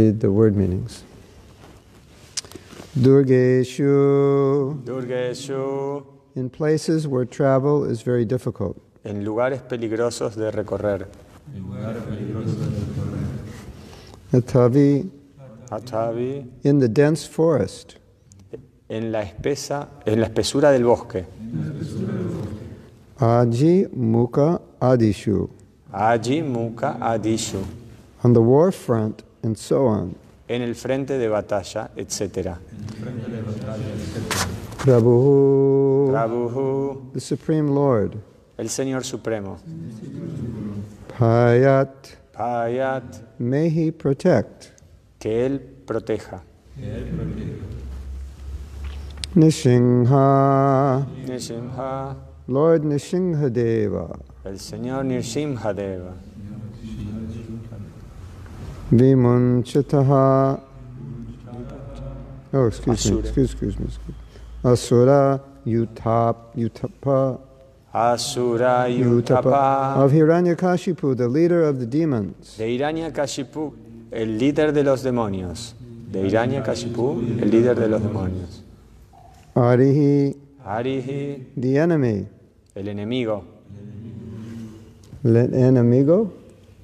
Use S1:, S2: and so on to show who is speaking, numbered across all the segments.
S1: Read the word meanings. Durgeshu,
S2: Durgeshu,
S1: in places where travel is very difficult.
S2: en lugares peligrosos de recorrer.
S1: Atavi,
S2: Atavi,
S1: in the dense forest.
S2: en la espesa, en la espesura del bosque.
S1: Aji Mukha Adishu,
S2: Allí Muka Adishu,
S1: on the war front and so on.
S2: en el frente de batalla, etc.
S1: Prabhu,
S2: Prabhu,
S1: the Supreme Lord.
S2: el Señor Supremo.
S1: Payat,
S2: Payat,
S1: may he protect.
S2: que Él proteja.
S1: Nishingha,
S2: Nishimha,
S1: Lord Nishingha
S2: el Señor Nirsimhadeva.
S1: Vimunchitaha. Oh, excuse me,
S2: Asura.
S1: excuse, excuse me. excuse me. Asura Yutap, Yutapa,
S2: Asura
S1: Yutapa
S2: Yutapa,
S1: of Hiranyakashipu, the leader of the demons.
S2: de Hiranyakashipu, el líder de los demonios. De Hiranyakashipu, el líder de los demonios.
S1: Arihi,
S2: Arihi,
S1: the enemy.
S2: el enemigo.
S1: Le enemigo?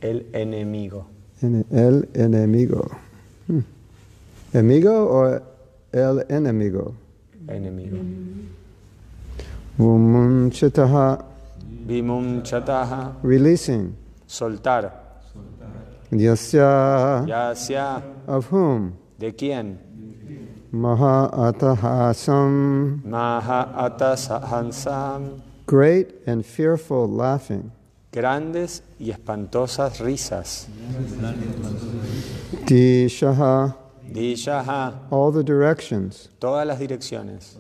S2: El enemigo.
S1: En- El enemigo. Hmm. Amigo or el enemigo?
S2: Enemigo.
S1: Vumunchitaha,
S2: Vimum chataha,
S1: releasing.
S2: soltar.
S1: Yasya,
S2: Yasya,
S1: of whom?
S2: ¿de quién?
S1: Mahaatahasam,
S2: Maha atasahansam,
S1: great and fearful laughing.
S2: grandes y espantosas risas.
S1: Dishaha,
S2: Dishaha,
S1: all the directions.
S2: todas las direcciones.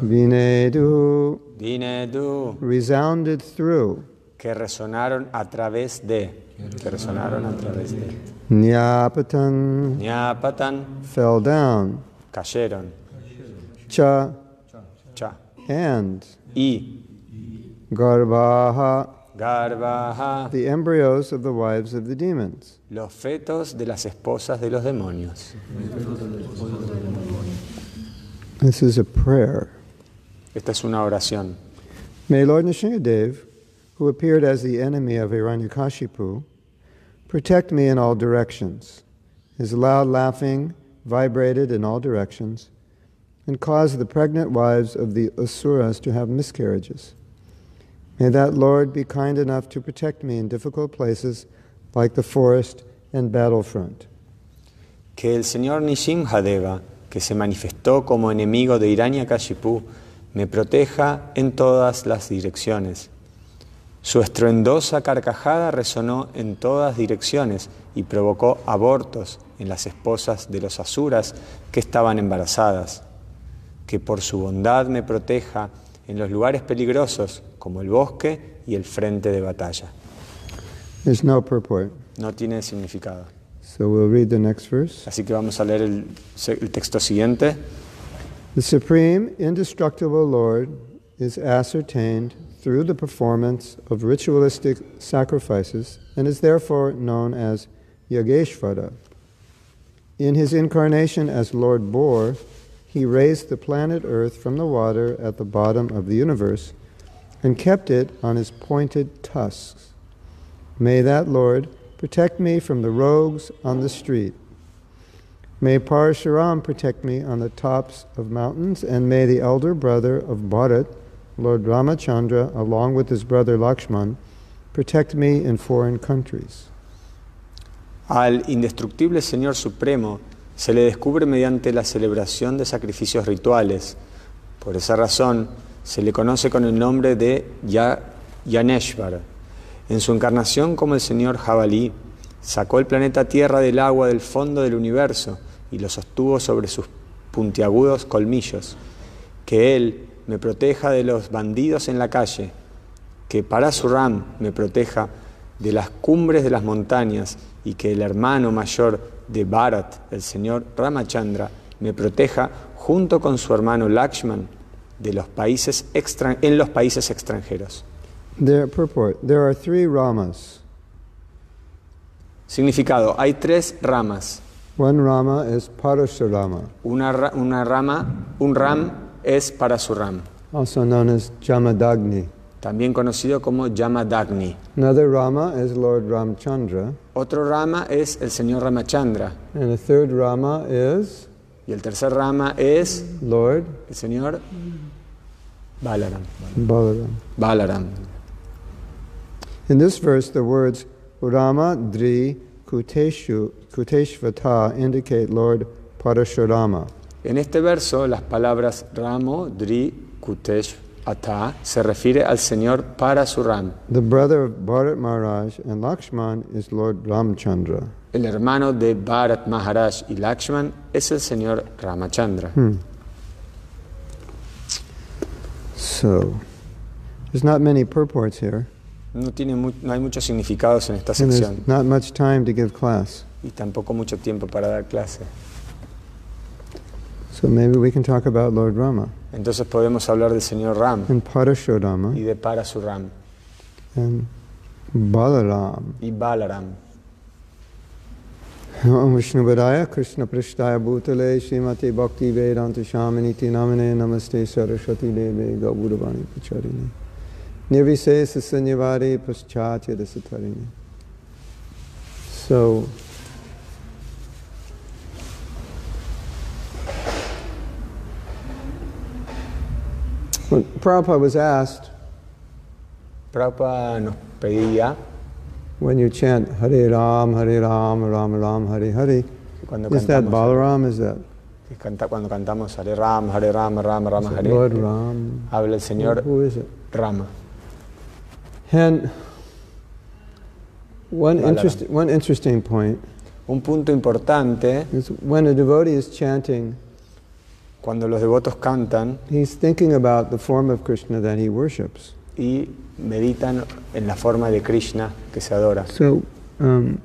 S1: Vinedu,
S2: Dinedu,
S1: resounded through.
S2: que resonaron a través de. Que resonaron a través de.
S1: Nyapatan,
S2: Ñapatan,
S1: fell down.
S2: cayeron.
S1: Cha,
S2: Cha.
S1: and.
S2: Y
S1: Garvaha,
S2: garbaha,
S1: the embryos of the wives of the demons.
S2: los fetos de las esposas de los demonios.
S1: This is a prayer.
S2: Esta es una oración.
S1: May Lord Nisringadev, who appeared as the enemy of Hiranyakashipu, protect me in all directions. His loud laughing vibrated in all directions and caused the pregnant wives of the Asuras to have miscarriages. May that Lord be kind enough to protect me in difficult places like the forest and battlefront.
S2: Que el señor Nishimhadeva, que se manifestó como enemigo de Hiranyakashipu, me proteja en todas las direcciones. Su estruendosa carcajada resonó en todas direcciones y provocó abortos en las esposas de los asuras que estaban embarazadas. Que por su bondad me proteja en los lugares peligrosos como el bosque y el frente de batalla.
S1: There's no purport.
S2: No tiene significado.
S1: So we'll read the next verse.
S2: Así que vamos a leer el, el texto siguiente.
S1: The supreme, indestructible Lord is ascertained through the performance of ritualistic sacrifices and is therefore known as Yageshvara. In his incarnation as Lord Boar, he raised the planet Earth from the water at the bottom of the universe and kept it on his pointed tusks. May that Lord protect me from the rogues on the street. May Parashuram protect me on the tops of mountains, and may the elder brother of Bharat, Lord Ramachandra, along with his brother Lakshman, protect me in foreign countries.
S2: Al indestructible Señor Supremo se le descubre mediante la celebración de sacrificios rituales. Por esa razón se le conoce con el nombre de Ya- Yaneshvar. En su encarnación como el Señor Jabalí, sacó el planeta Tierra del agua del fondo del universo y lo sostuvo sobre sus puntiagudos colmillos. Que Él me proteja de los bandidos en la calle, que Parasuram me proteja de las cumbres de las montañas y que el hermano mayor de Bharat, el señor Ramachandra, me proteja junto con su hermano Lakshman de los países extran- en los países extranjeros.
S1: There, purport There are three Ramas
S2: Significado, hay tres ramas,
S1: One Rama is Parashurama,
S2: Una, ra- una rama, un ram es para su ram,
S1: also known as Jamadagni.
S2: también conocido como Yamadagni.
S1: Another Rama is Lord Ramchandra,
S2: Otro rama es el señor Ramachandra.
S1: and the third Rama is
S2: Y el tercer rama es
S1: Lord
S2: el señor Balaram.
S1: Balaram.
S2: Balaram.
S1: In this verse, the words Rama Dri Kuteshu Kuteshvata indicate Lord Parashurama.
S2: En este verso, las palabras Ramo, Dri, Kutesh, Ata se refiere al señor Parasuram,
S1: The brother of Bharat Maharaj and Lakshman is Lord Ramchandra.
S2: el hermano de Bharat Maharaj y Lakshman es el señor Ramachandra.
S1: Hmm. So, there's not many purports here,
S2: No, tiene mu- no hay muchos significados en esta
S1: and
S2: sección
S1: there's not much time to give class.
S2: y tampoco mucho tiempo para dar clase.
S1: So maybe we can talk about Lord Rama
S2: Entonces podemos hablar del señor Ram
S1: and
S2: y
S1: Parashurama
S2: de Parasuram
S1: and Balaram.
S2: y Balaram.
S1: Om Vishnu Padaya Krishna Prishtaya Bhutale Srimati Bhakti Vedanta Shamini Tinamane Namaste Saraswati Deve Gaudavani Pacharini Nirvisesa Sanyavari Paschatya Dasatarini So when Prabhupada was asked
S2: Prabhupada nos pedía,
S1: when you chant Hare Ram Hare Ram Ram Ram Hare Hare
S2: cuando
S1: is that
S2: cantamos,
S1: Balaram is that
S2: que canta- cuando cantamos Hare Ram, Hare Ram, Ram, Ram,
S1: Is it
S2: Hare,
S1: Lord Ram.
S2: habla el señor
S1: Who is it?
S2: Rama.
S1: And one,
S2: Balaram.
S1: interest, one interesting point
S2: Un punto importante,
S1: is when a devotee is chanting,
S2: cuando los devotos cantan
S1: he's thinking about the form of Krishna that he worships.
S2: y meditan en la forma de Krishna que se adora.
S1: So um,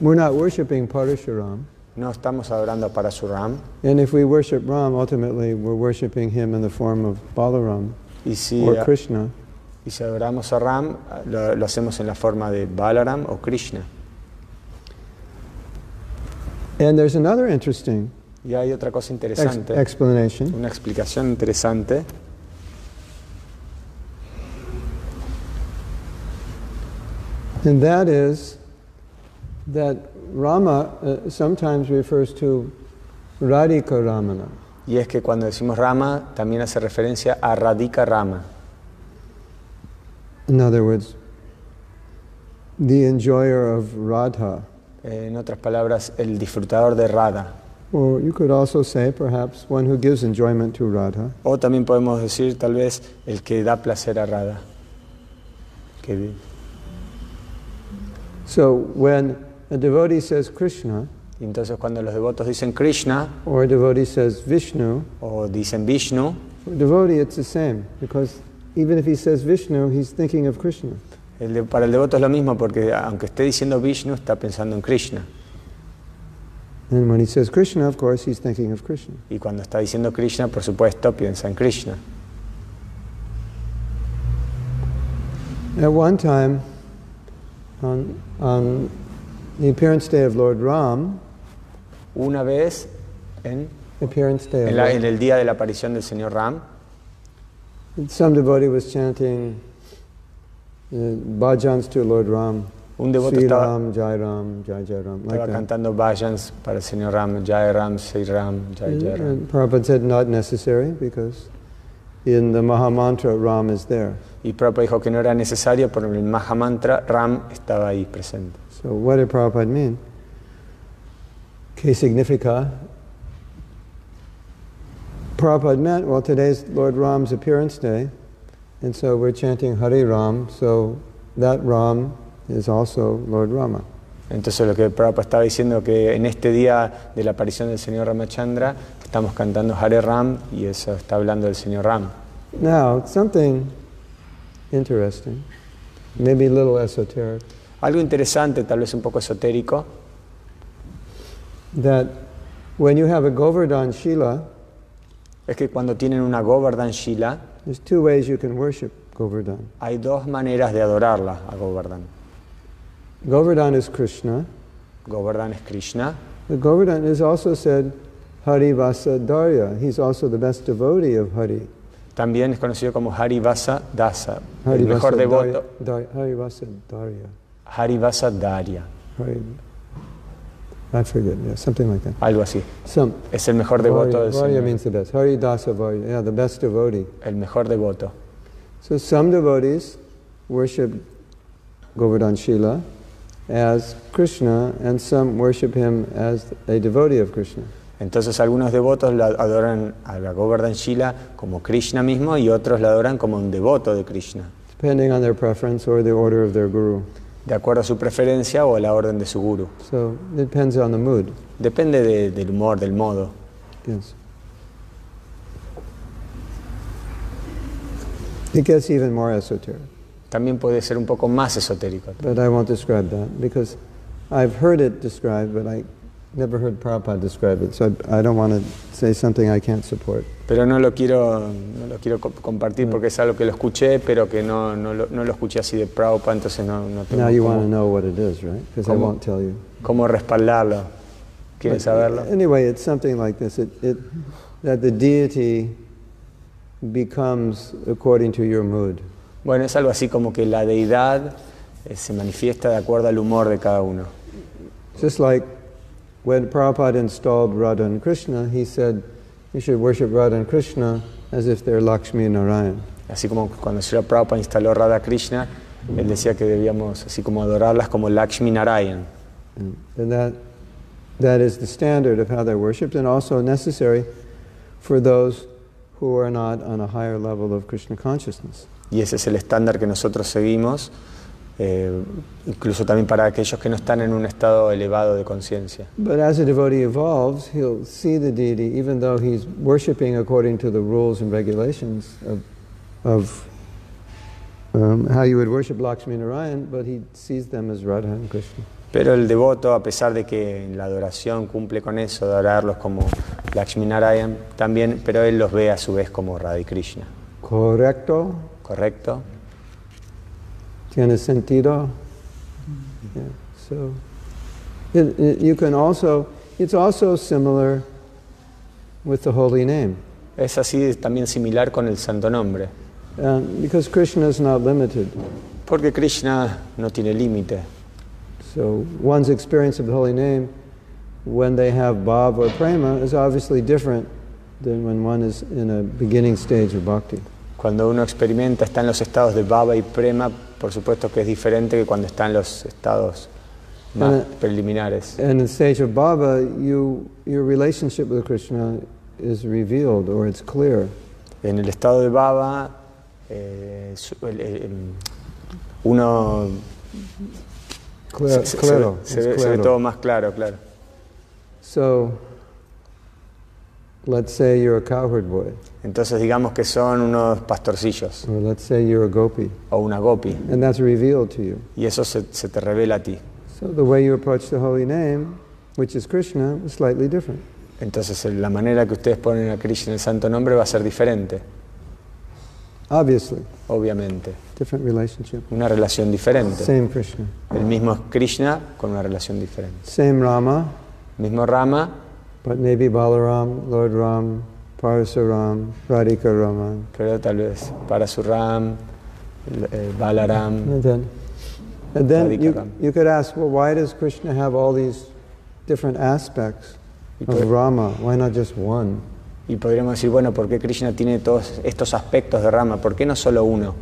S1: we're not worshiping Parashuram.
S2: No estamos adorando a Parasuram.
S1: And if we worship Ram, ultimately we're worshiping him in the form of Balaram
S2: Y si,
S1: or Krishna.
S2: y si adoramos a Ram, lo, lo hacemos en la forma de Balaram o Krishna.
S1: And there's another interesting
S2: Y hay otra cosa
S1: ex-
S2: interesante,
S1: explanation.
S2: una explicación interesante.
S1: And that is that Rama uh, sometimes refers to Radhika Ramana.
S2: Y es que cuando decimos Rama, también hace referencia a Radhika Rama.
S1: In other words, the enjoyer of Radha.
S2: Eh, En otras palabras, el disfrutador de Radha.
S1: Or you could also say, perhaps, one who gives enjoyment to Radha.
S2: O también podemos decir tal vez el que da placer a Radha. Que di-
S1: So when a devotee says Krishna,
S2: y Entonces cuando los devotos dicen Krishna
S1: or a devotee says Vishnu,
S2: o dicen Vishnu,
S1: for a devotee it's the same, because even if he says Vishnu, he's thinking of Krishna.
S2: el de- para el devoto es lo mismo porque aunque esté diciendo Vishnu está pensando en Krishna.
S1: And when he says Krishna, of course, he's thinking of Krishna.
S2: Y cuando está diciendo Krishna, por supuesto, piensa en Krishna.
S1: At one time, on, on the appearance day of Lord Ram,
S2: Una vez en,
S1: appearance day of
S2: en la- en
S1: Lord,
S2: el día de la aparición del señor Ram,
S1: some devotee was chanting uh, bhajans to Lord Ram,
S2: un devoto
S1: Sri
S2: estaba,
S1: Ram, Jai Ram, Jai Jai Ram,
S2: estaba
S1: like that.
S2: cantando bhajans para el señor Ram, Jai Ram, Sri Ram, Jai Jai Ram.
S1: And Prabhupada said not necessary because in the Mahamantra Ram is there.
S2: Y Prabhupada dijo que no era necesario, pero en el Maha Mantra Ram estaba ahí presente.
S1: So what did Prabhupada mean? Que significa? Prabhupada meant, well, today's Lord Ram's appearance day, and so we're chanting Hare Ram, so that Ram is also Lord Rama.
S2: Entonces lo que Prabhupada estaba diciendo que en este día de la aparición del señor Ramachandra estamos cantando Hare Ram y eso está hablando del señor Ram.
S1: Now, something interesting, maybe a little esoteric,
S2: Algo interesante, tal vez un poco esotérico,
S1: that when you have a Govardhan Shila,
S2: es que cuando tienen una Govardhan Shila
S1: there's two ways you can worship Govardhan.
S2: hay dos maneras de adorarla a Govardhan.
S1: Govardhan is Krishna,
S2: Govardhan es Krishna
S1: The Govardhan is also said Hari Vasadarya. He's also the best devotee of Hari.
S2: También es conocido como Harivasa Dasa,
S1: Hari
S2: el mejor devoto.
S1: Vasadarya- Dar- Hari Vasadarya.
S2: Harivasa Darya,
S1: Hari. I forget, yeah, something like that.
S2: algo así.
S1: Some.
S2: Es el mejor devoto
S1: Varya,
S2: del
S1: Varya
S2: Señor.
S1: means the best. Hari Dasa Varya, yeah, the best devotee.
S2: El mejor devoto.
S1: So some devotees worship Govardhan Shila as Krishna, and some worship him as a devotee of Krishna.
S2: Entonces algunos devotos la adoran a la Govardhan Shila como Krishna mismo y otros la adoran como un devoto de Krishna,
S1: depending on their preference or the order of their guru.
S2: de acuerdo a su preferencia o a la orden de su guru.
S1: So it depends on the mood.
S2: Depende de- del humor, del modo.
S1: Yes. It gets even more esoteric,
S2: También puede ser un poco más esotérico.
S1: but I won't describe that because I've heard it described, but I never heard Prabhupada describe it, so I, I don't want to say something I can't support.
S2: Pero no lo quiero, no lo quiero co- compartir porque es algo que lo escuché, pero que no, no, lo, no lo escuché así de Prabhupada, entonces no, no tengo
S1: Now you want to
S2: cómo,
S1: know what it is, right? Because I
S2: Como-
S1: won't tell you.
S2: cómo respaldarlo. ¿Quieren
S1: But
S2: saberlo?
S1: Anyway, it's something like this it, it, that the deity becomes according to your mood.
S2: Bueno, es algo así como que la deidad eh, se manifiesta de acuerdo al humor de cada uno.
S1: Just like when Prabhupada installed Radha and Krishna, he said you should worship Radha and Krishna as if they're Lakshmi and Narayan.
S2: Así como cuando Srila Prabhupada instaló Radha Krishna, él decía que debíamos así como adorarlas como Lakshmi Narayan.
S1: And, and that, that is the standard of how they're worshipped and also necessary for those who are not on a higher level of Krishna consciousness.
S2: Y ese es el estándar que nosotros seguimos, eh, incluso también para aquellos que no están en un estado elevado de conciencia.
S1: But as a devotee evolves, he'll see the deity even though he's worshipping according to the rules and regulations of, of um, how you would worship Lakshmi and Narayan, but he sees them as Radha and Krishna.
S2: Pero el devoto, a pesar de que en la adoración cumple con eso, de adorarlos como Lakshmi Narayan, también, pero él los ve a su vez como Radha y Krishna.
S1: Correcto?
S2: ¿Correcto?
S1: Tiene sentido? Yeah. So it, it, you can also, it's also similar with the holy name.
S2: Es así es también similar con el santo nombre,
S1: Um, because Krishna is not limited.
S2: porque Krishna no tiene límite.
S1: So one's experience of the holy name when they have bhav or prema is obviously different than when one is in a beginning stage of bhakti.
S2: Cuando uno experimenta, está en los estados de baba y prema, por supuesto que es diferente que cuando está en los estados más
S1: Ana-
S2: preliminares.
S1: And in the stage of bhava, you, your relationship with Krishna is revealed or it's clear.
S2: En el estado de baba, eh, su- el- el- em, uno
S1: Clear,
S2: se- se-
S1: claro.
S2: se ve- se ve todo más claro, claro.
S1: So let's say you're a cowherd boy,
S2: Entonces digamos que son unos pastorcillos
S1: or let's say you're a gopi,
S2: o una gopi
S1: and that's revealed to you.
S2: y eso se, se te revela a ti.
S1: So the way you approach the holy name, which is Krishna, is slightly different.
S2: Entonces el- la manera que ustedes ponen a Krishna en el santo nombre va a ser diferente,
S1: Obviously,
S2: obviamente.
S1: different relationship.
S2: Una relación diferente.
S1: Same Krishna,
S2: El mismo Krishna con una relación diferente.
S1: same Rama,
S2: Mismo Rama,
S1: but maybe Balaram, Lord Ram, Parasaram, Radhika Raman.
S2: pero tal vez Parasuram, el- eh, Balaram.
S1: And then, and then
S2: Radhika
S1: you,
S2: Ram.
S1: you could ask, well, why does Krishna have all these different aspects
S2: Y,
S1: of
S2: pod-
S1: Rama? Why not just one?
S2: y podríamos decir, bueno, ¿por qué Krishna tiene todos estos aspectos de Rama? ¿Por qué no solo uno?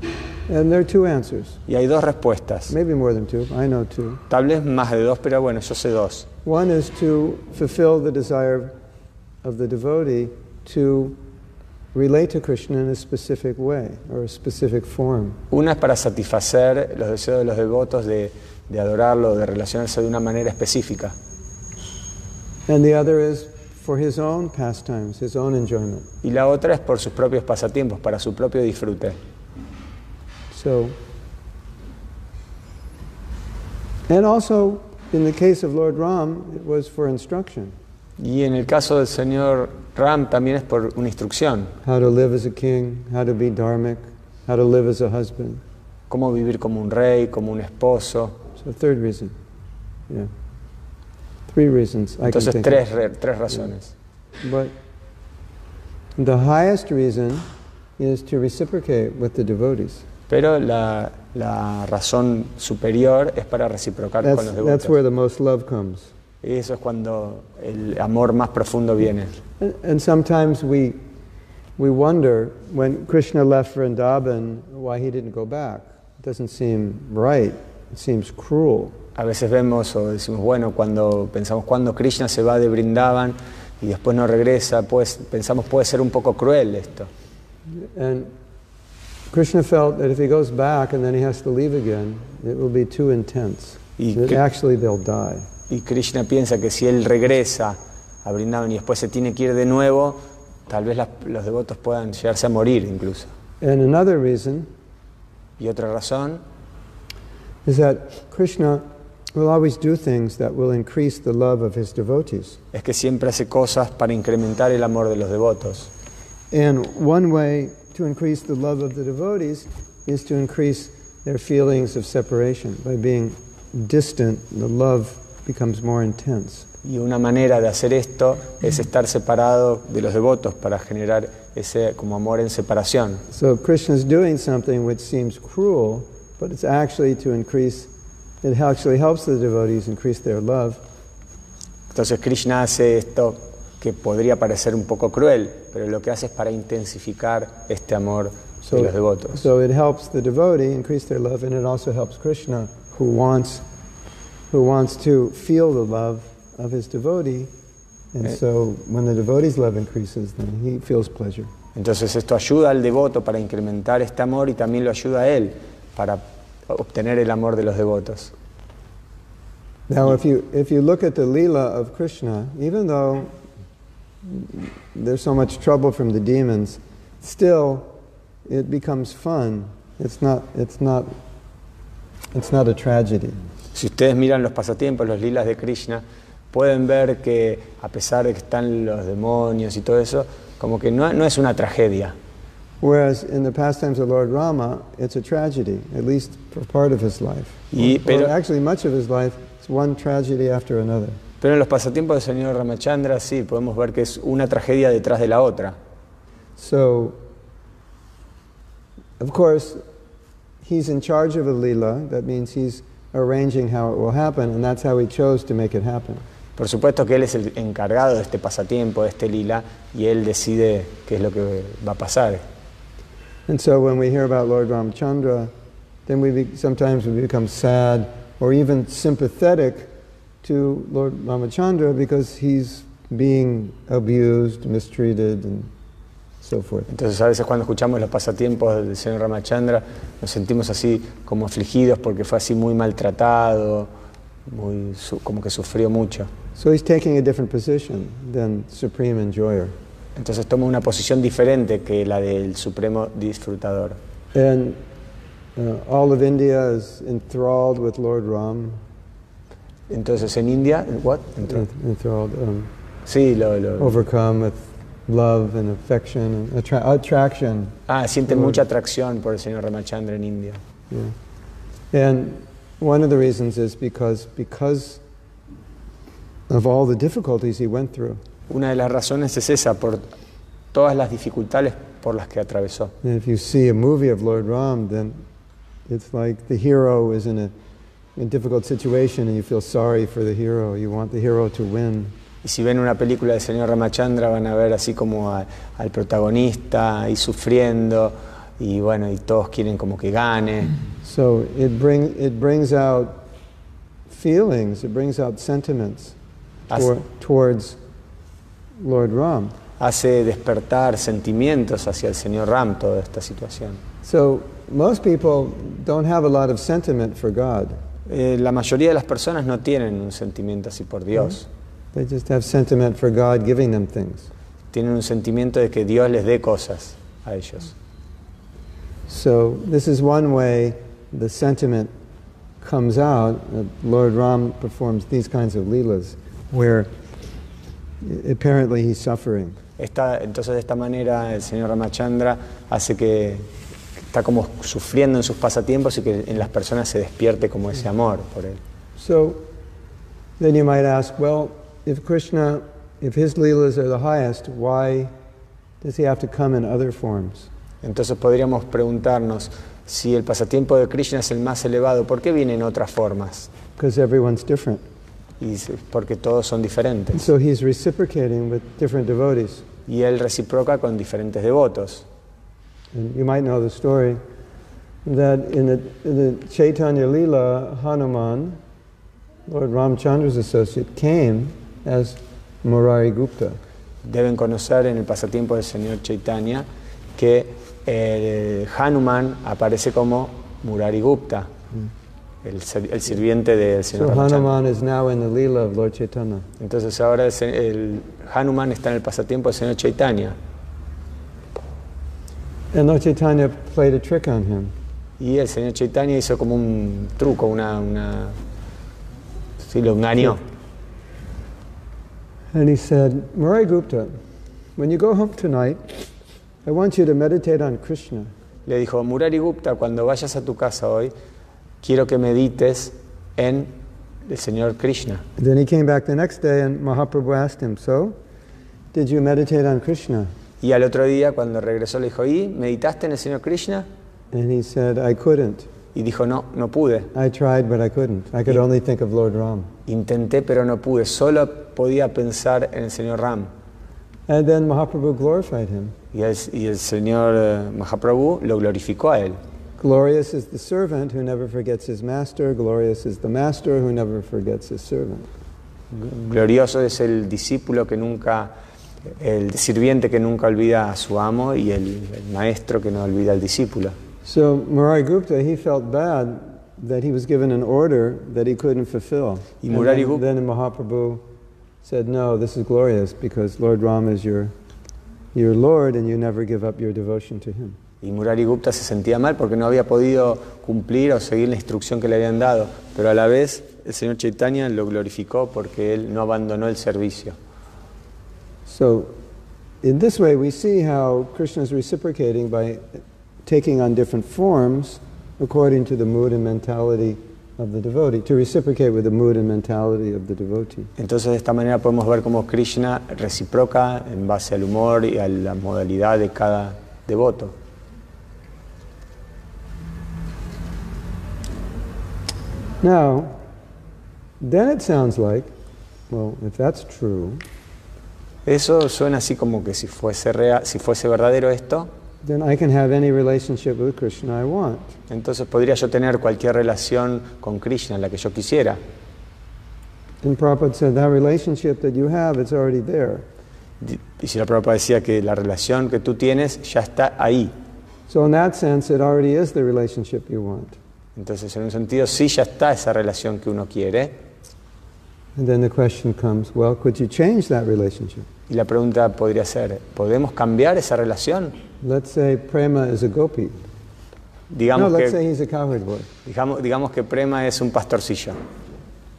S1: And there are two answers,
S2: Y hay dos respuestas.
S1: maybe more than two. I know two.
S2: Tal vez más de dos, pero bueno, yo sé dos.
S1: One is to fulfill the desire of the devotee to relate to Krishna in a specific way or a specific form.
S2: Una es para satisfacer los deseos de los devotos de, de adorarlo, de relacionarse de una manera específica.
S1: And the other is for his own pastimes, his own enjoyment.
S2: Y la otra es por sus propios pasatiempos, para su propio disfrute.
S1: So, and also in the case of Lord Ram, it was for instruction
S2: Y en el caso del señor Ram también es por una instrucción,
S1: how to live as a king, how to be dharmic, how to live as a husband.
S2: cómo vivir como un rey, como un esposo.
S1: So, third reason. Yeah. Three reasons I can
S2: Entonces
S1: think
S2: tres, re- tres razones.
S1: of. But the highest reason is to reciprocate with the devotees.
S2: Pero la, la razón superior es para reciprocar con
S1: That's,
S2: los
S1: that's where
S2: devotos.
S1: the most love comes.
S2: Y eso es cuando el amor más profundo viene.
S1: And, and sometimes we, we wonder when Krishna left Vrindavan why he didn't go back. It doesn't seem right, it seems cruel.
S2: A veces vemos o decimos, bueno, cuando pensamos cuando Krishna se va de Brindavan y después no regresa, pues pensamos puede ser un poco cruel esto.
S1: And Krishna felt that if he goes back and then he has to leave again, it will be too intense.
S2: Y
S1: That
S2: que-
S1: actually, they'll die.
S2: Y Krishna piensa que si él regresa a Brindavan y después se tiene que ir de nuevo, tal vez las- los devotos puedan llegarse a morir incluso.
S1: And another reason
S2: Y otra razón
S1: is that Krishna will always do things that will increase the love of his devotees.
S2: es que siempre hace cosas para incrementar el amor de los devotos.
S1: And one way to increase the love of the devotees is to increase their feelings of separation. By being distant, the love becomes more intense.
S2: Y una manera de hacer esto es estar separado de los devotos para generar ese como amor en separación.
S1: So Krishna's doing something which seems cruel, but it's actually to increase, it actually helps the devotees increase their love.
S2: Entonces Krishna hace esto que podría parecer un poco cruel, pero lo que hace es para intensificar este amor de los devotos.
S1: so it helps the devotee increase their love, and it also helps Krishna, who wants, who wants to feel the love of his devotee. And
S2: Eh.
S1: so when the devotee's love increases, then he feels pleasure.
S2: Entonces esto ayuda al devoto para incrementar este amor y también lo ayuda a él para obtener el amor de los devotos.
S1: Now, if you, if you look at the Leela of Krishna, even though there's so much trouble from the demons, still it becomes fun. It's not, it's not, it's not a tragedy.
S2: Si ustedes miran los pasatiempos, los lilas de Krishna, pueden ver que a pesar de que están los demonios y todo eso, como que no, no es una tragedia.
S1: Whereas in the pastimes of Lord Rama, it's a tragedy, at least for part of his life.
S2: Y-
S1: Or-
S2: pero-
S1: or actually, much of his life, it's one tragedy after another.
S2: Pero en los pasatiempos del señor Ramachandra sí, podemos ver que es una tragedia detrás de la otra.
S1: So, of course, he's in charge of a Leela. That means he's arranging how it will happen, and that's how he chose to make it happen.
S2: Por supuesto que él es el encargado de este pasatiempo, de este lila, y él decide qué es lo que va a pasar.
S1: And so, when we hear about Lord Ramachandra, then we be, sometimes we become sad or even sympathetic to Lord Ramachandra because he's being abused, mistreated, and so forth.
S2: Entonces a veces cuando escuchamos los pasatiempos del señor Ramachandra nos sentimos así como afligidos porque fue así muy maltratado, muy, su- como que sufrió mucho.
S1: So he's taking a different position than supreme enjoyer.
S2: Entonces toma una posición diferente que la del supremo disfrutador.
S1: And uh, all of India is enthralled with Lord Ram.
S2: Entonces en India, what? Entró.
S1: Enthralled, um,
S2: Sí, lo, lo-
S1: overcome with love and affection and attra- attraction.
S2: Ah, sienten mucha atracción por el señor Ramachandra en India.
S1: Yeah. And one of the reasons is because because of all the difficulties he went through.
S2: Una de las razones es esa, por todas las dificultades por las que atravesó.
S1: And if you see a movie of Lord Ram, then it's like the hero is in a, a difficult situation, and you feel sorry for the hero. You want the hero to win.
S2: Y si ven una película del señor Ramachandra van a ver así como a- al protagonista ahí sufriendo y bueno, y todos quieren como que gane.
S1: So it, bring, it brings out feelings, it brings out sentiments
S2: As-
S1: tor- towards Lord Ram.
S2: Hace despertar sentimientos hacia el señor Ram toda esta situación.
S1: So most people don't have a lot of sentiment for God,
S2: Eh, la mayoría de las personas no tienen un sentimiento así por Dios.
S1: they just have sentiment for God giving them things.
S2: Tienen un sentimiento de que Dios les dé cosas a ellos.
S1: So this is one way the sentiment comes out. Uh, Lord Ram performs these kinds of leelas where i- apparently he's suffering.
S2: Esta- entonces de esta manera el señor Ramachandra hace que está como sufriendo en sus pasatiempos y que en las personas se despierte como ese amor por él.
S1: So Then you might ask, well, if Krishna, if his Leelas are the highest, why does he have to come in other forms?
S2: Entonces podríamos preguntarnos si el pasatiempo de Krishna es el más elevado, ¿por qué viene en otras formas?
S1: Because everyone's different.
S2: Y dice, porque todos son
S1: And
S2: diferentes.
S1: so he's reciprocating with different devotees.
S2: Y él reciproca con diferentes devotos.
S1: And you might know the story that in the, in the Chaitanya Lila, Hanuman, Lord Ramchandra's associate, came as Murari Gupta.
S2: Deben conocer en el pasatiempo del señor Chaitanya que el Hanuman aparece como Murari Gupta, el, ser- el sirviente del
S1: So
S2: señor Ramachandra.
S1: Hanuman is now in the Lila of Lord Chaitanya.
S2: Entonces ahora el, se- el Hanuman está en el pasatiempo del señor Chaitanya.
S1: And Lord Chaitanya played a trick on him.
S2: Y el señor Chaitanya hizo como un truco, una... una sí, lo engañó.
S1: And he said, Murari Gupta, when you go home tonight, I want you to meditate on Krishna.
S2: Le dijo, Murari Gupta, cuando vayas a tu casa hoy, quiero que medites en el señor Krishna.
S1: Then he came back the next day and Mahaprabhu asked him, So, did you meditate on Krishna?
S2: Y al otro día, cuando regresó, le dijo, ¿y meditaste en el señor Krishna?
S1: And he said, I couldn't.
S2: Y dijo, no, no pude.
S1: I tried, but I couldn't. I could only think of Lord Ram.
S2: Intenté, pero no pude. Solo podía pensar en el señor Ram.
S1: And then Mahaprabhu glorified him.
S2: Y el, y el señor eh, Mahaprabhu lo glorificó a él.
S1: Glorious is the servant who never forgets his master. Glorious is the master who never forgets his servant.
S2: Glorioso es el discípulo que nunca, el sirviente que nunca olvida a su amo y el, el maestro que no olvida al discípulo.
S1: So Murari Gupta, he felt bad that he was given an order that he couldn't fulfill.
S2: Y Murari
S1: and
S2: Gupta-
S1: then, then Mahaprabhu said, No, this is glorious because Lord Ram is your, your Lord and you never give up your devotion to him.
S2: Y Murari Gupta se sentía mal porque no había podido cumplir o seguir la instrucción que le habían dado, pero a la vez el señor Chaitanya lo glorificó porque él no abandonó el servicio.
S1: So, in this way, we see how Krishna is reciprocating by taking on different forms according to the mood and mentality of the devotee, to reciprocate with the mood and mentality of the devotee.
S2: Entonces de esta manera podemos ver cómo Krishna reciproca en base al humor y a la modalidad de cada devoto.
S1: Now, then it sounds like, well, if that's true,
S2: Eso suena así como que si fuese, rea- si fuese verdadero esto,
S1: then I can have any relationship with Krishna I want.
S2: entonces podría yo tener cualquier relación con Krishna, la que yo quisiera.
S1: And Prabhupada said, that relationship that you have, it's already there.
S2: Di- Y si la Prabhupada decía que la relación que tú tienes ya está ahí,
S1: So, in that sense, it already is the relationship you want.
S2: Entonces, en un sentido, sí ya está esa relación que uno quiere.
S1: And then the question comes, well, could you change that relationship?
S2: Y la pregunta podría ser, ¿podemos cambiar esa relación?
S1: Let's say Prema is a gopi. No,
S2: Digamos,
S1: let's say
S2: que,
S1: he's a cowherd boy.
S2: digamos, digamos que Prema es un pastorcillo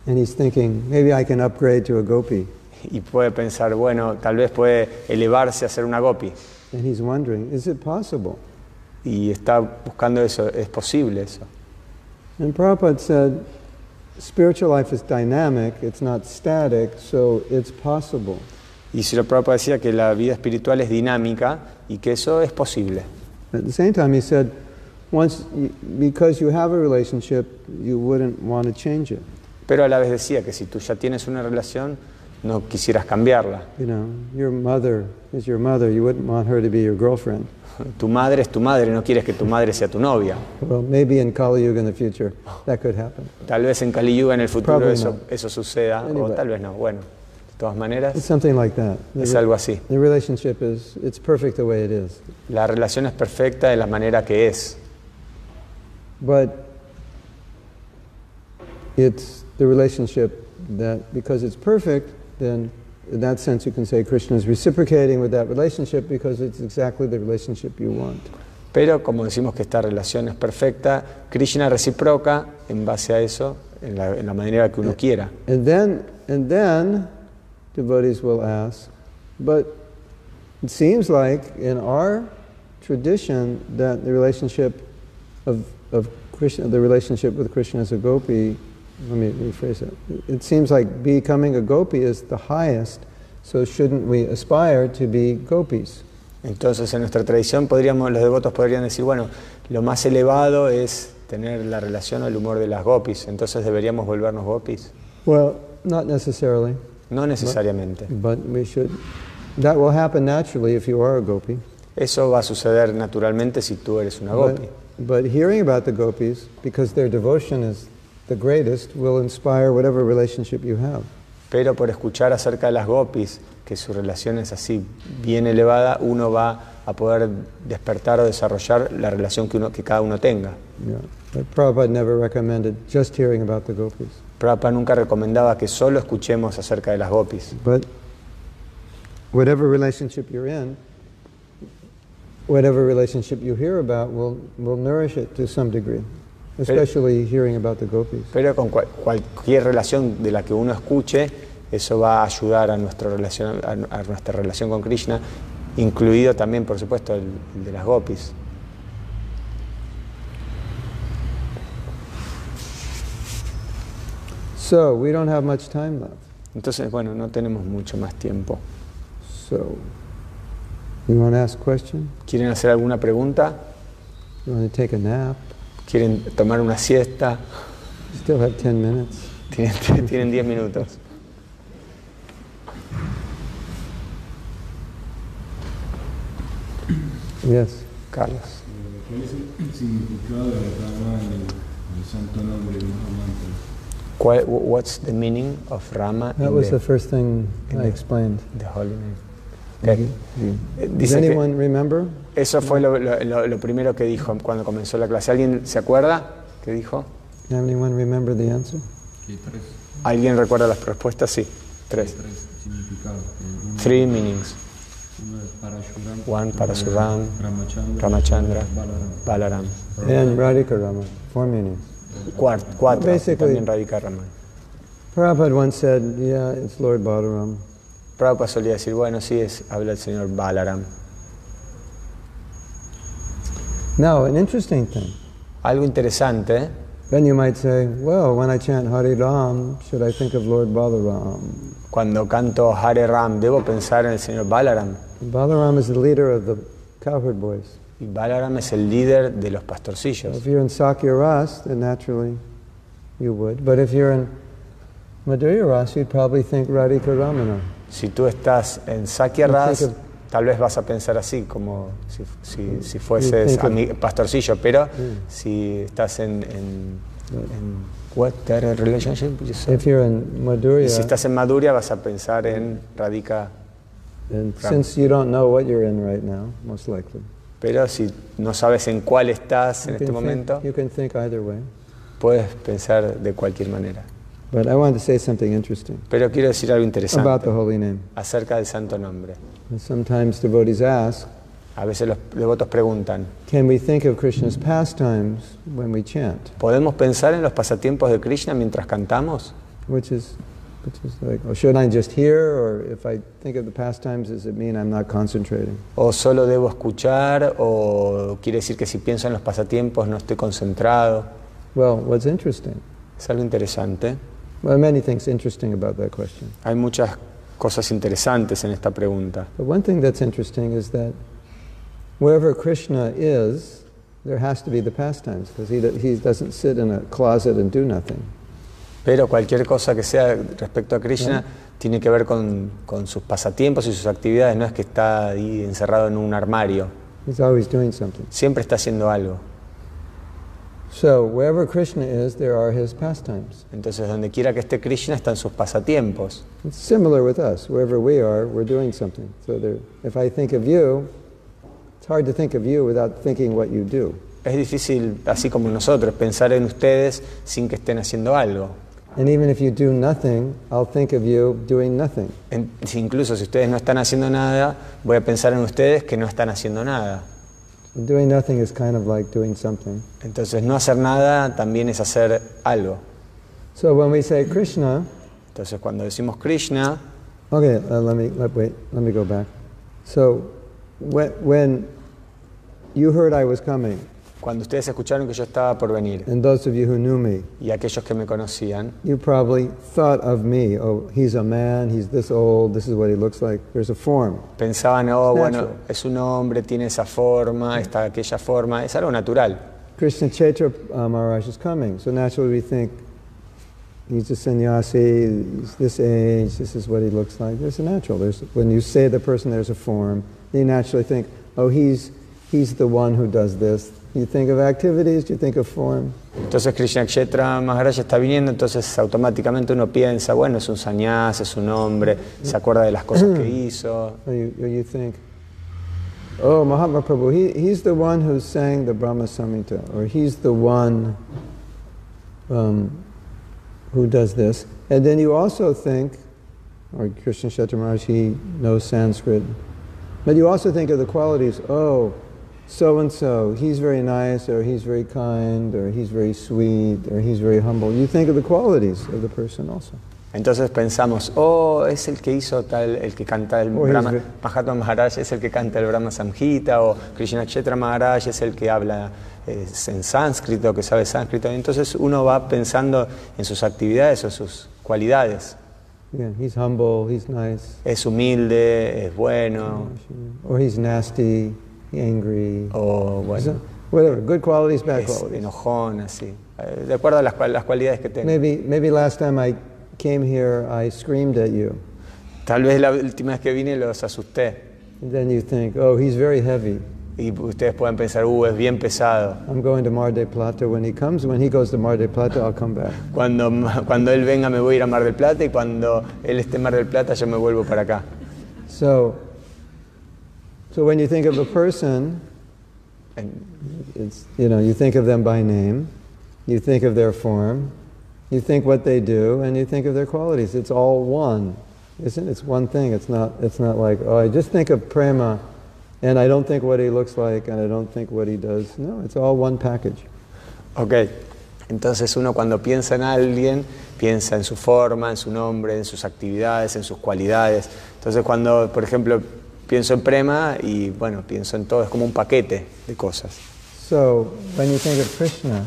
S1: And he's thinking, maybe I can upgrade to a gopi.
S2: y puede pensar, bueno, tal vez puede elevarse a ser una gopi.
S1: And he's wondering, is it possible?
S2: Y está buscando eso, ¿es posible eso?
S1: And Prabhupada said, spiritual life is dynamic, it's not static, so it's possible.
S2: Y si la Prabhupada decía que la vida espiritual es dinámica y que eso es posible.
S1: At the same time, he said, once, you, because you have a relationship, you wouldn't want to change it.
S2: Pero a la vez decía que si tú ya tienes una relación, no quisieras cambiarla.
S1: You know, your mother is your mother, you wouldn't want her to be your girlfriend.
S2: Tu madre es tu madre, no quieres que tu madre sea tu novia.
S1: Well, maybe in Kali Yuga in the future, that could happen.
S2: Tal vez en Kali Yuga en el futuro
S1: Probably
S2: eso,
S1: not.
S2: eso suceda,
S1: Anyway.
S2: o tal vez no. Bueno, de todas
S1: It's
S2: maneras,
S1: something like that.
S2: es algo así.
S1: The relationship is, it's perfect the way it is.
S2: La relación es perfecta de la manera que es,
S1: But it's the relationship that, because it's perfect, then in that sense you can say Krishna is reciprocating with that relationship because it's exactly the relationship you want.
S2: pero como decimos que esta relación es perfecta, Krishna reciproca en base a eso, en la, en la manera que uno quiera.
S1: And then, and then devotees will ask, but it seems like in our tradition that the relationship of, of Krishna, the relationship with Krishna as a gopi let me rephrase it. It seems like becoming a gopi is the highest, so shouldn't we aspire to be gopis?
S2: Entonces, en nuestra tradición, podríamos, los devotos podrían decir, bueno, lo más elevado es tener la relación o el humor de las gopis, entonces deberíamos volvernos gopis.
S1: Well, not necessarily,
S2: No necesariamente.
S1: but we should. That will happen naturally if you are a gopi.
S2: Eso va a suceder naturalmente si tú eres una gopi.
S1: But, but hearing about the gopis, because their devotion is the greatest, will inspire whatever relationship you have.
S2: Pero por escuchar acerca de las gopis, que su relación es así bien elevada, uno va a poder despertar o desarrollar la relación que, uno, que cada uno tenga.
S1: Yeah. But Prabhupada never recommended just hearing about the gopis.
S2: Prabhupada nunca recomendaba que solo escuchemos acerca de las gopis.
S1: But whatever relationship you're in, whatever relationship you hear about will, will nourish it to some degree, especially hearing about the gopis.
S2: Pero con cual- cualquier relación de la que uno escuche, eso va a ayudar a, nuestra relación, a, a nuestra relación con Krishna, incluido también, por supuesto, el, el de las gopis.
S1: So we don't have much time left.
S2: Entonces, bueno, no tenemos mucho más tiempo.
S1: So you want to ask a question?
S2: ¿Quieren hacer alguna pregunta?
S1: You want to take a nap?
S2: ¿Quieren tomar una siesta?
S1: You still have 10 minutes.
S2: Tienen tienen 10 minutos.
S1: Yes.
S2: Carlos.
S3: ¿Cuál es el significado de Rama en el, en el santo nombre de Mahamantra?
S2: ¿Cuál, wh- what's the meaning of Rama
S1: That
S2: in
S1: was
S2: the,
S1: the first thing I
S2: the-
S1: explained.
S2: the holy name? Okay. Eh,
S1: Does
S2: dice que-
S1: anyone remember?
S2: Eso fue lo, lo- lo- lo primero que dijo cuando comenzó la clase. ¿Alguien se acuerda qué dijo?
S1: Anyone remember the answer?
S3: Que hay tres,
S2: ¿Alguien recuerda las respuestas? Sí, tres.
S3: tres significados. que Uno,
S2: Three meanings.
S3: uno es Parashuram,
S2: One, Parasuram,
S3: Ramachandra,
S2: Ramachandra,
S3: Balaram.
S2: Balaram.
S1: And Radhika Rama, four meanings.
S2: Cuart- cuatro, que
S1: Basically-
S2: también radica Rama.
S1: Prabhupada once said, yeah, it's Lord Balaram.
S2: Prabhupada solía decir, bueno, sí, es, habla el señor Balaram.
S1: Now, an interesting thing.
S2: Algo interesante, ¿eh?
S1: Then you might say, well, when I chant Hare Ram, should I think of Lord Balaram?
S2: cuando canto Hare Ram, debo pensar en el señor Balaram.
S1: Balaram is the leader of the cowherd boys.
S2: Y Balaram es el líder de los
S1: So
S2: pastorcillos.
S1: if you're in Sakya Ras, then naturally you would. But if you're in Madhurya Ras, you'd probably think Radhika Ramana.
S2: Si tú estás en Sakya Ras, tal vez vas a pensar así, como si, si, si fueses
S1: think of-
S2: ami- pastorcillo, pero si estás en... en, en- what that relationship you said?
S1: If you're in
S2: Y si
S1: Madhurya,
S2: estás en Maduria, vas a pensar en Radhika.
S1: and since you don't know what you're in right now, most likely,
S2: Pero si no sabes en cuál estás en
S1: you
S2: este
S1: can,
S2: momento,
S1: think, you can think either way.
S2: puedes pensar de cualquier manera.
S1: But I wanted to say something interesting
S2: Pero quiero decir algo
S1: about the
S2: interesante
S1: holy name.
S2: acerca del santo nombre.
S1: And sometimes devotees ask,
S2: A veces los devotos preguntan,
S1: Can we think of Krishna's pastimes when we chant?
S2: ¿podemos pensar en los pasatiempos de Krishna mientras cantamos?
S1: Which is, which is like, oh, should I just hear? Or if I think of the pastimes, does it mean I'm not concentrating?
S2: ¿O solo debo escuchar? ¿O quiere decir que si pienso en los pasatiempos no estoy concentrado?
S1: Well, what's interesting?
S2: Es algo interesante.
S1: Well, many things interesting about that question.
S2: Hay muchas cosas interesantes en esta pregunta.
S1: But one thing that's interesting is that wherever Krishna is, there has to be the pastimes because he, do- he doesn't sit in a closet and do nothing.
S2: Pero cualquier cosa que sea respecto a Krishna tiene que ver con, con sus pasatiempos y sus actividades. No es que está ahí encerrado en un armario.
S1: He's always doing something.
S2: Siempre está haciendo algo.
S1: So wherever Krishna is, there are his pastimes.
S2: Entonces, donde quiera que esté Krishna están sus pasatiempos.
S1: It's similar with us. Wherever we are, we're doing something. So there, if I think of you, it's hard to think of you without thinking what you do.
S2: Es difícil, así como nosotros, pensar en ustedes sin que estén haciendo algo.
S1: And even if you do nothing, I'll think of you doing nothing.
S2: En- si incluso si ustedes no están haciendo nada, voy a pensar en ustedes que no están haciendo nada.
S1: And doing nothing is kind of like doing something.
S2: Entonces, no hacer nada también es hacer algo.
S1: So when we say Krishna,
S2: Entonces, cuando decimos Krishna,
S1: okay, uh, let me let, wait. Let me go back. So when, when you heard I was coming,
S2: Cuando ustedes escucharon que yo estaba por venir
S1: and those of you who knew me,
S2: y aquellos que me conocían,
S1: you probably thought of me, oh, he's a man, he's this old, this is what he looks like. There's a form.
S2: pensaban, oh,
S1: It's
S2: bueno,
S1: natural.
S2: es un hombre, tiene esa forma, está aquella forma, es algo natural.
S1: Krishna Chaitra uh, Maharaj is coming, so naturally we think he's a sannyasi, he's this age, this is what he looks like. There's a natural. There's, when you say the person, there's a form, you naturally think, oh, he's, he's the one who does this. You think of activities, you think of form.
S2: Entonces Krishna Kshetra Maharaj está viniendo, entonces automáticamente uno piensa, bueno, es un sannyas, es un hombre, se acuerda de las cosas que hizo.
S1: Or you, or you think, oh, Mahatma Prabhu, he, he's the one who sang the Brahma Samhita, or he's the one um, who does this. And then you also think, or Krishna Shatamaj, he knows Sanskrit, but you also think of the qualities, oh, so and so, he's very nice, or he's very kind, or he's very sweet, or he's very humble. You think of the qualities of the person also.
S2: Entonces pensamos, oh, es el que hizo tal, el que canta el
S1: Oh, he's
S2: Brahma,
S1: ve-
S2: Mahatma Maharaj es el que canta el Brahma Samhita, o Krishna Kshetra Maharaj es el que habla eh, en sánscrito, que sabe sánscrito. Entonces uno va pensando en sus actividades o sus cualidades.
S1: Yeah, he's humble, he's nice.
S2: Es humilde, es bueno,
S1: Mm. Or he's nasty, angry,
S2: o bueno,
S1: whatever. Good qualities, bad
S2: es
S1: qualities.
S2: enojón, así. Eh, De acuerdo a las, cual- las cualidades que tenga.
S1: Maybe, maybe last time I came here, I screamed at you.
S2: Tal vez la última vez que vine los asusté.
S1: And then you think, oh, he's very heavy.
S2: Y ustedes pueden pensar, uh, es bien pesado.
S1: I'm going to Mar del Plata when he comes. When he goes to Mar del Plata, I'll come back.
S2: Cuando, cuando él venga me voy a ir a Mar del Plata y cuando él esté en Mar del Plata yo me vuelvo para acá.
S1: So, so when you think of a person,
S2: En-
S1: it's, you know, you think of them by name, you think of their form, you think what they do, and you think of their qualities. It's all one, isn't it? It's one thing. It's not, it's not like, oh, I just think of prema, and I don't think what he looks like, and I don't think what he does. No, it's all one package.
S2: Ok, entonces uno cuando piensa en alguien, piensa en su forma, en su nombre, en sus actividades, en sus cualidades. Entonces cuando, por ejemplo, pienso en Prema y bueno, pienso en todo, es como un paquete de cosas.
S1: So when you think of Krishna,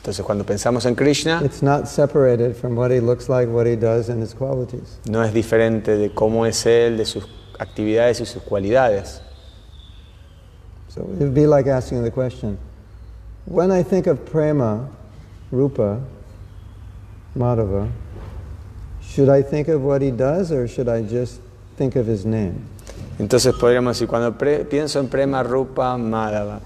S2: Entonces cuando pensamos en Krishna,
S1: it's not separated from what he looks like, what he does, and his qualities.
S2: no es diferente de cómo es él, de sus actividades y sus cualidades.
S1: So it would be like asking the question when I think of prema, rupa, Madhava, should I think of what he does or should I just think of his name?
S2: Entonces podríamos decir, cuando pre- pienso en Prema Rupa Madhava,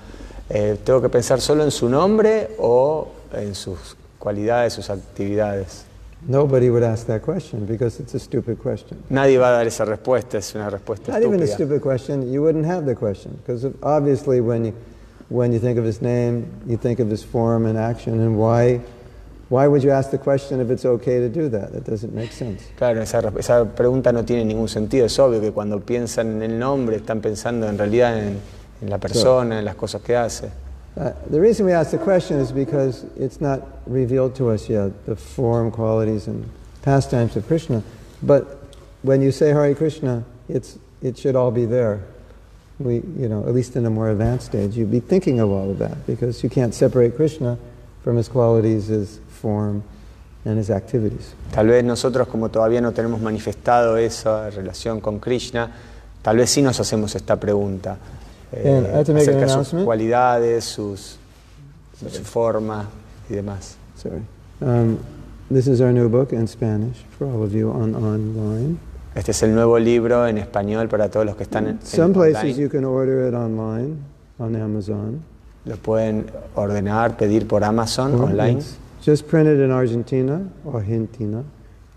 S2: eh, ¿tengo que pensar solo en su nombre o en sus cualidades, sus actividades?
S1: Nobody would ask that question because it's a stupid question.
S2: Nadie va a dar esa respuesta, es una respuesta
S1: Not even a
S2: estúpida.
S1: stupid question, you wouldn't have the question because obviously when you, when you think of his name, you think of his form and action and why, why would you ask the question if it's okay to do that? It doesn't make sense.
S2: Claro, esa, re- esa pregunta no tiene ningún sentido. Es obvio que cuando piensan en el nombre están pensando en realidad en, en la persona, en las cosas que hace.
S1: Uh, the reason we ask the question is because it's not revealed to us yet, the form, qualities, and pastimes of Krishna. But when you say Hare Krishna, it's, it should all be there. We, you know, at least in a more advanced stage, you'd be thinking of all of that because you can't separate Krishna from his qualities, his form, and his activities.
S2: Tal vez nosotros, como todavía no tenemos manifestado esa relación con Krishna, tal vez sí nos hacemos esta pregunta. eh,
S1: Bien, I have to make an
S2: acerca de sus
S1: announcement.
S2: cualidades, sus, su forma y demás.
S1: Sorry. Um, this is our new book in Spanish for all of you on online.
S2: Este es el nuevo libro en español para todos los que están en, en
S1: Some places
S2: online.
S1: you can order it online on Amazon.
S2: Lo pueden ordenar, pedir por Amazon
S1: Well,
S2: online.
S1: it's Just printed in Argentina, Argentina,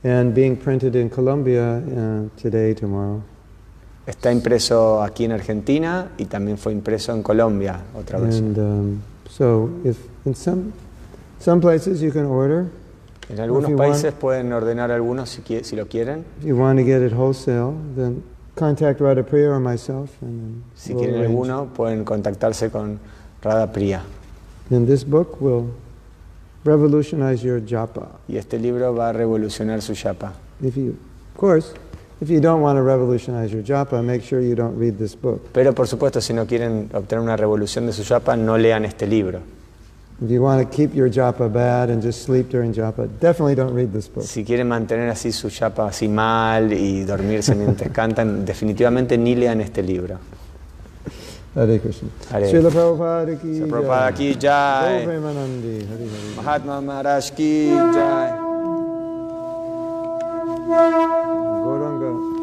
S1: and being printed in Colombia uh, today, tomorrow.
S2: Está impreso aquí en Argentina y también fue impreso en Colombia otra vez.
S1: And um, so, if in some some places you can order.
S2: En algunos
S1: you
S2: países
S1: want-
S2: pueden ordenar algunos si, qui- si lo quieren.
S1: If you want to get it wholesale, then contact Radhapriya or myself, and then
S2: Si
S1: we'll
S2: quieren
S1: arrange.
S2: alguno, pueden contactarse con Radha Priya.
S1: And this book will revolutionize your japa.
S2: Y este libro va a revolucionar su yapa.
S1: If you, of course, If you don't want to revolutionize your japa, make sure you don't read this book.
S2: Pero por supuesto, si no quieren obtener una revolución de su yapa, no lean este libro.
S1: If you want to keep your japa bad and just sleep during japa, definitely don't read this book.
S2: Si quieren mantener así su yapa así mal y dormirse mientras cantan, definitivamente ni lean este libro.
S1: Hare Krishna.
S2: Hare.
S1: Srila Prabhupada ki
S2: Se propaga
S1: jai.
S2: aquí ya. eh.
S1: Go Premanandi. Hare Hare.
S2: Mahatma Maharaj eh. ki jai.
S1: Goranga.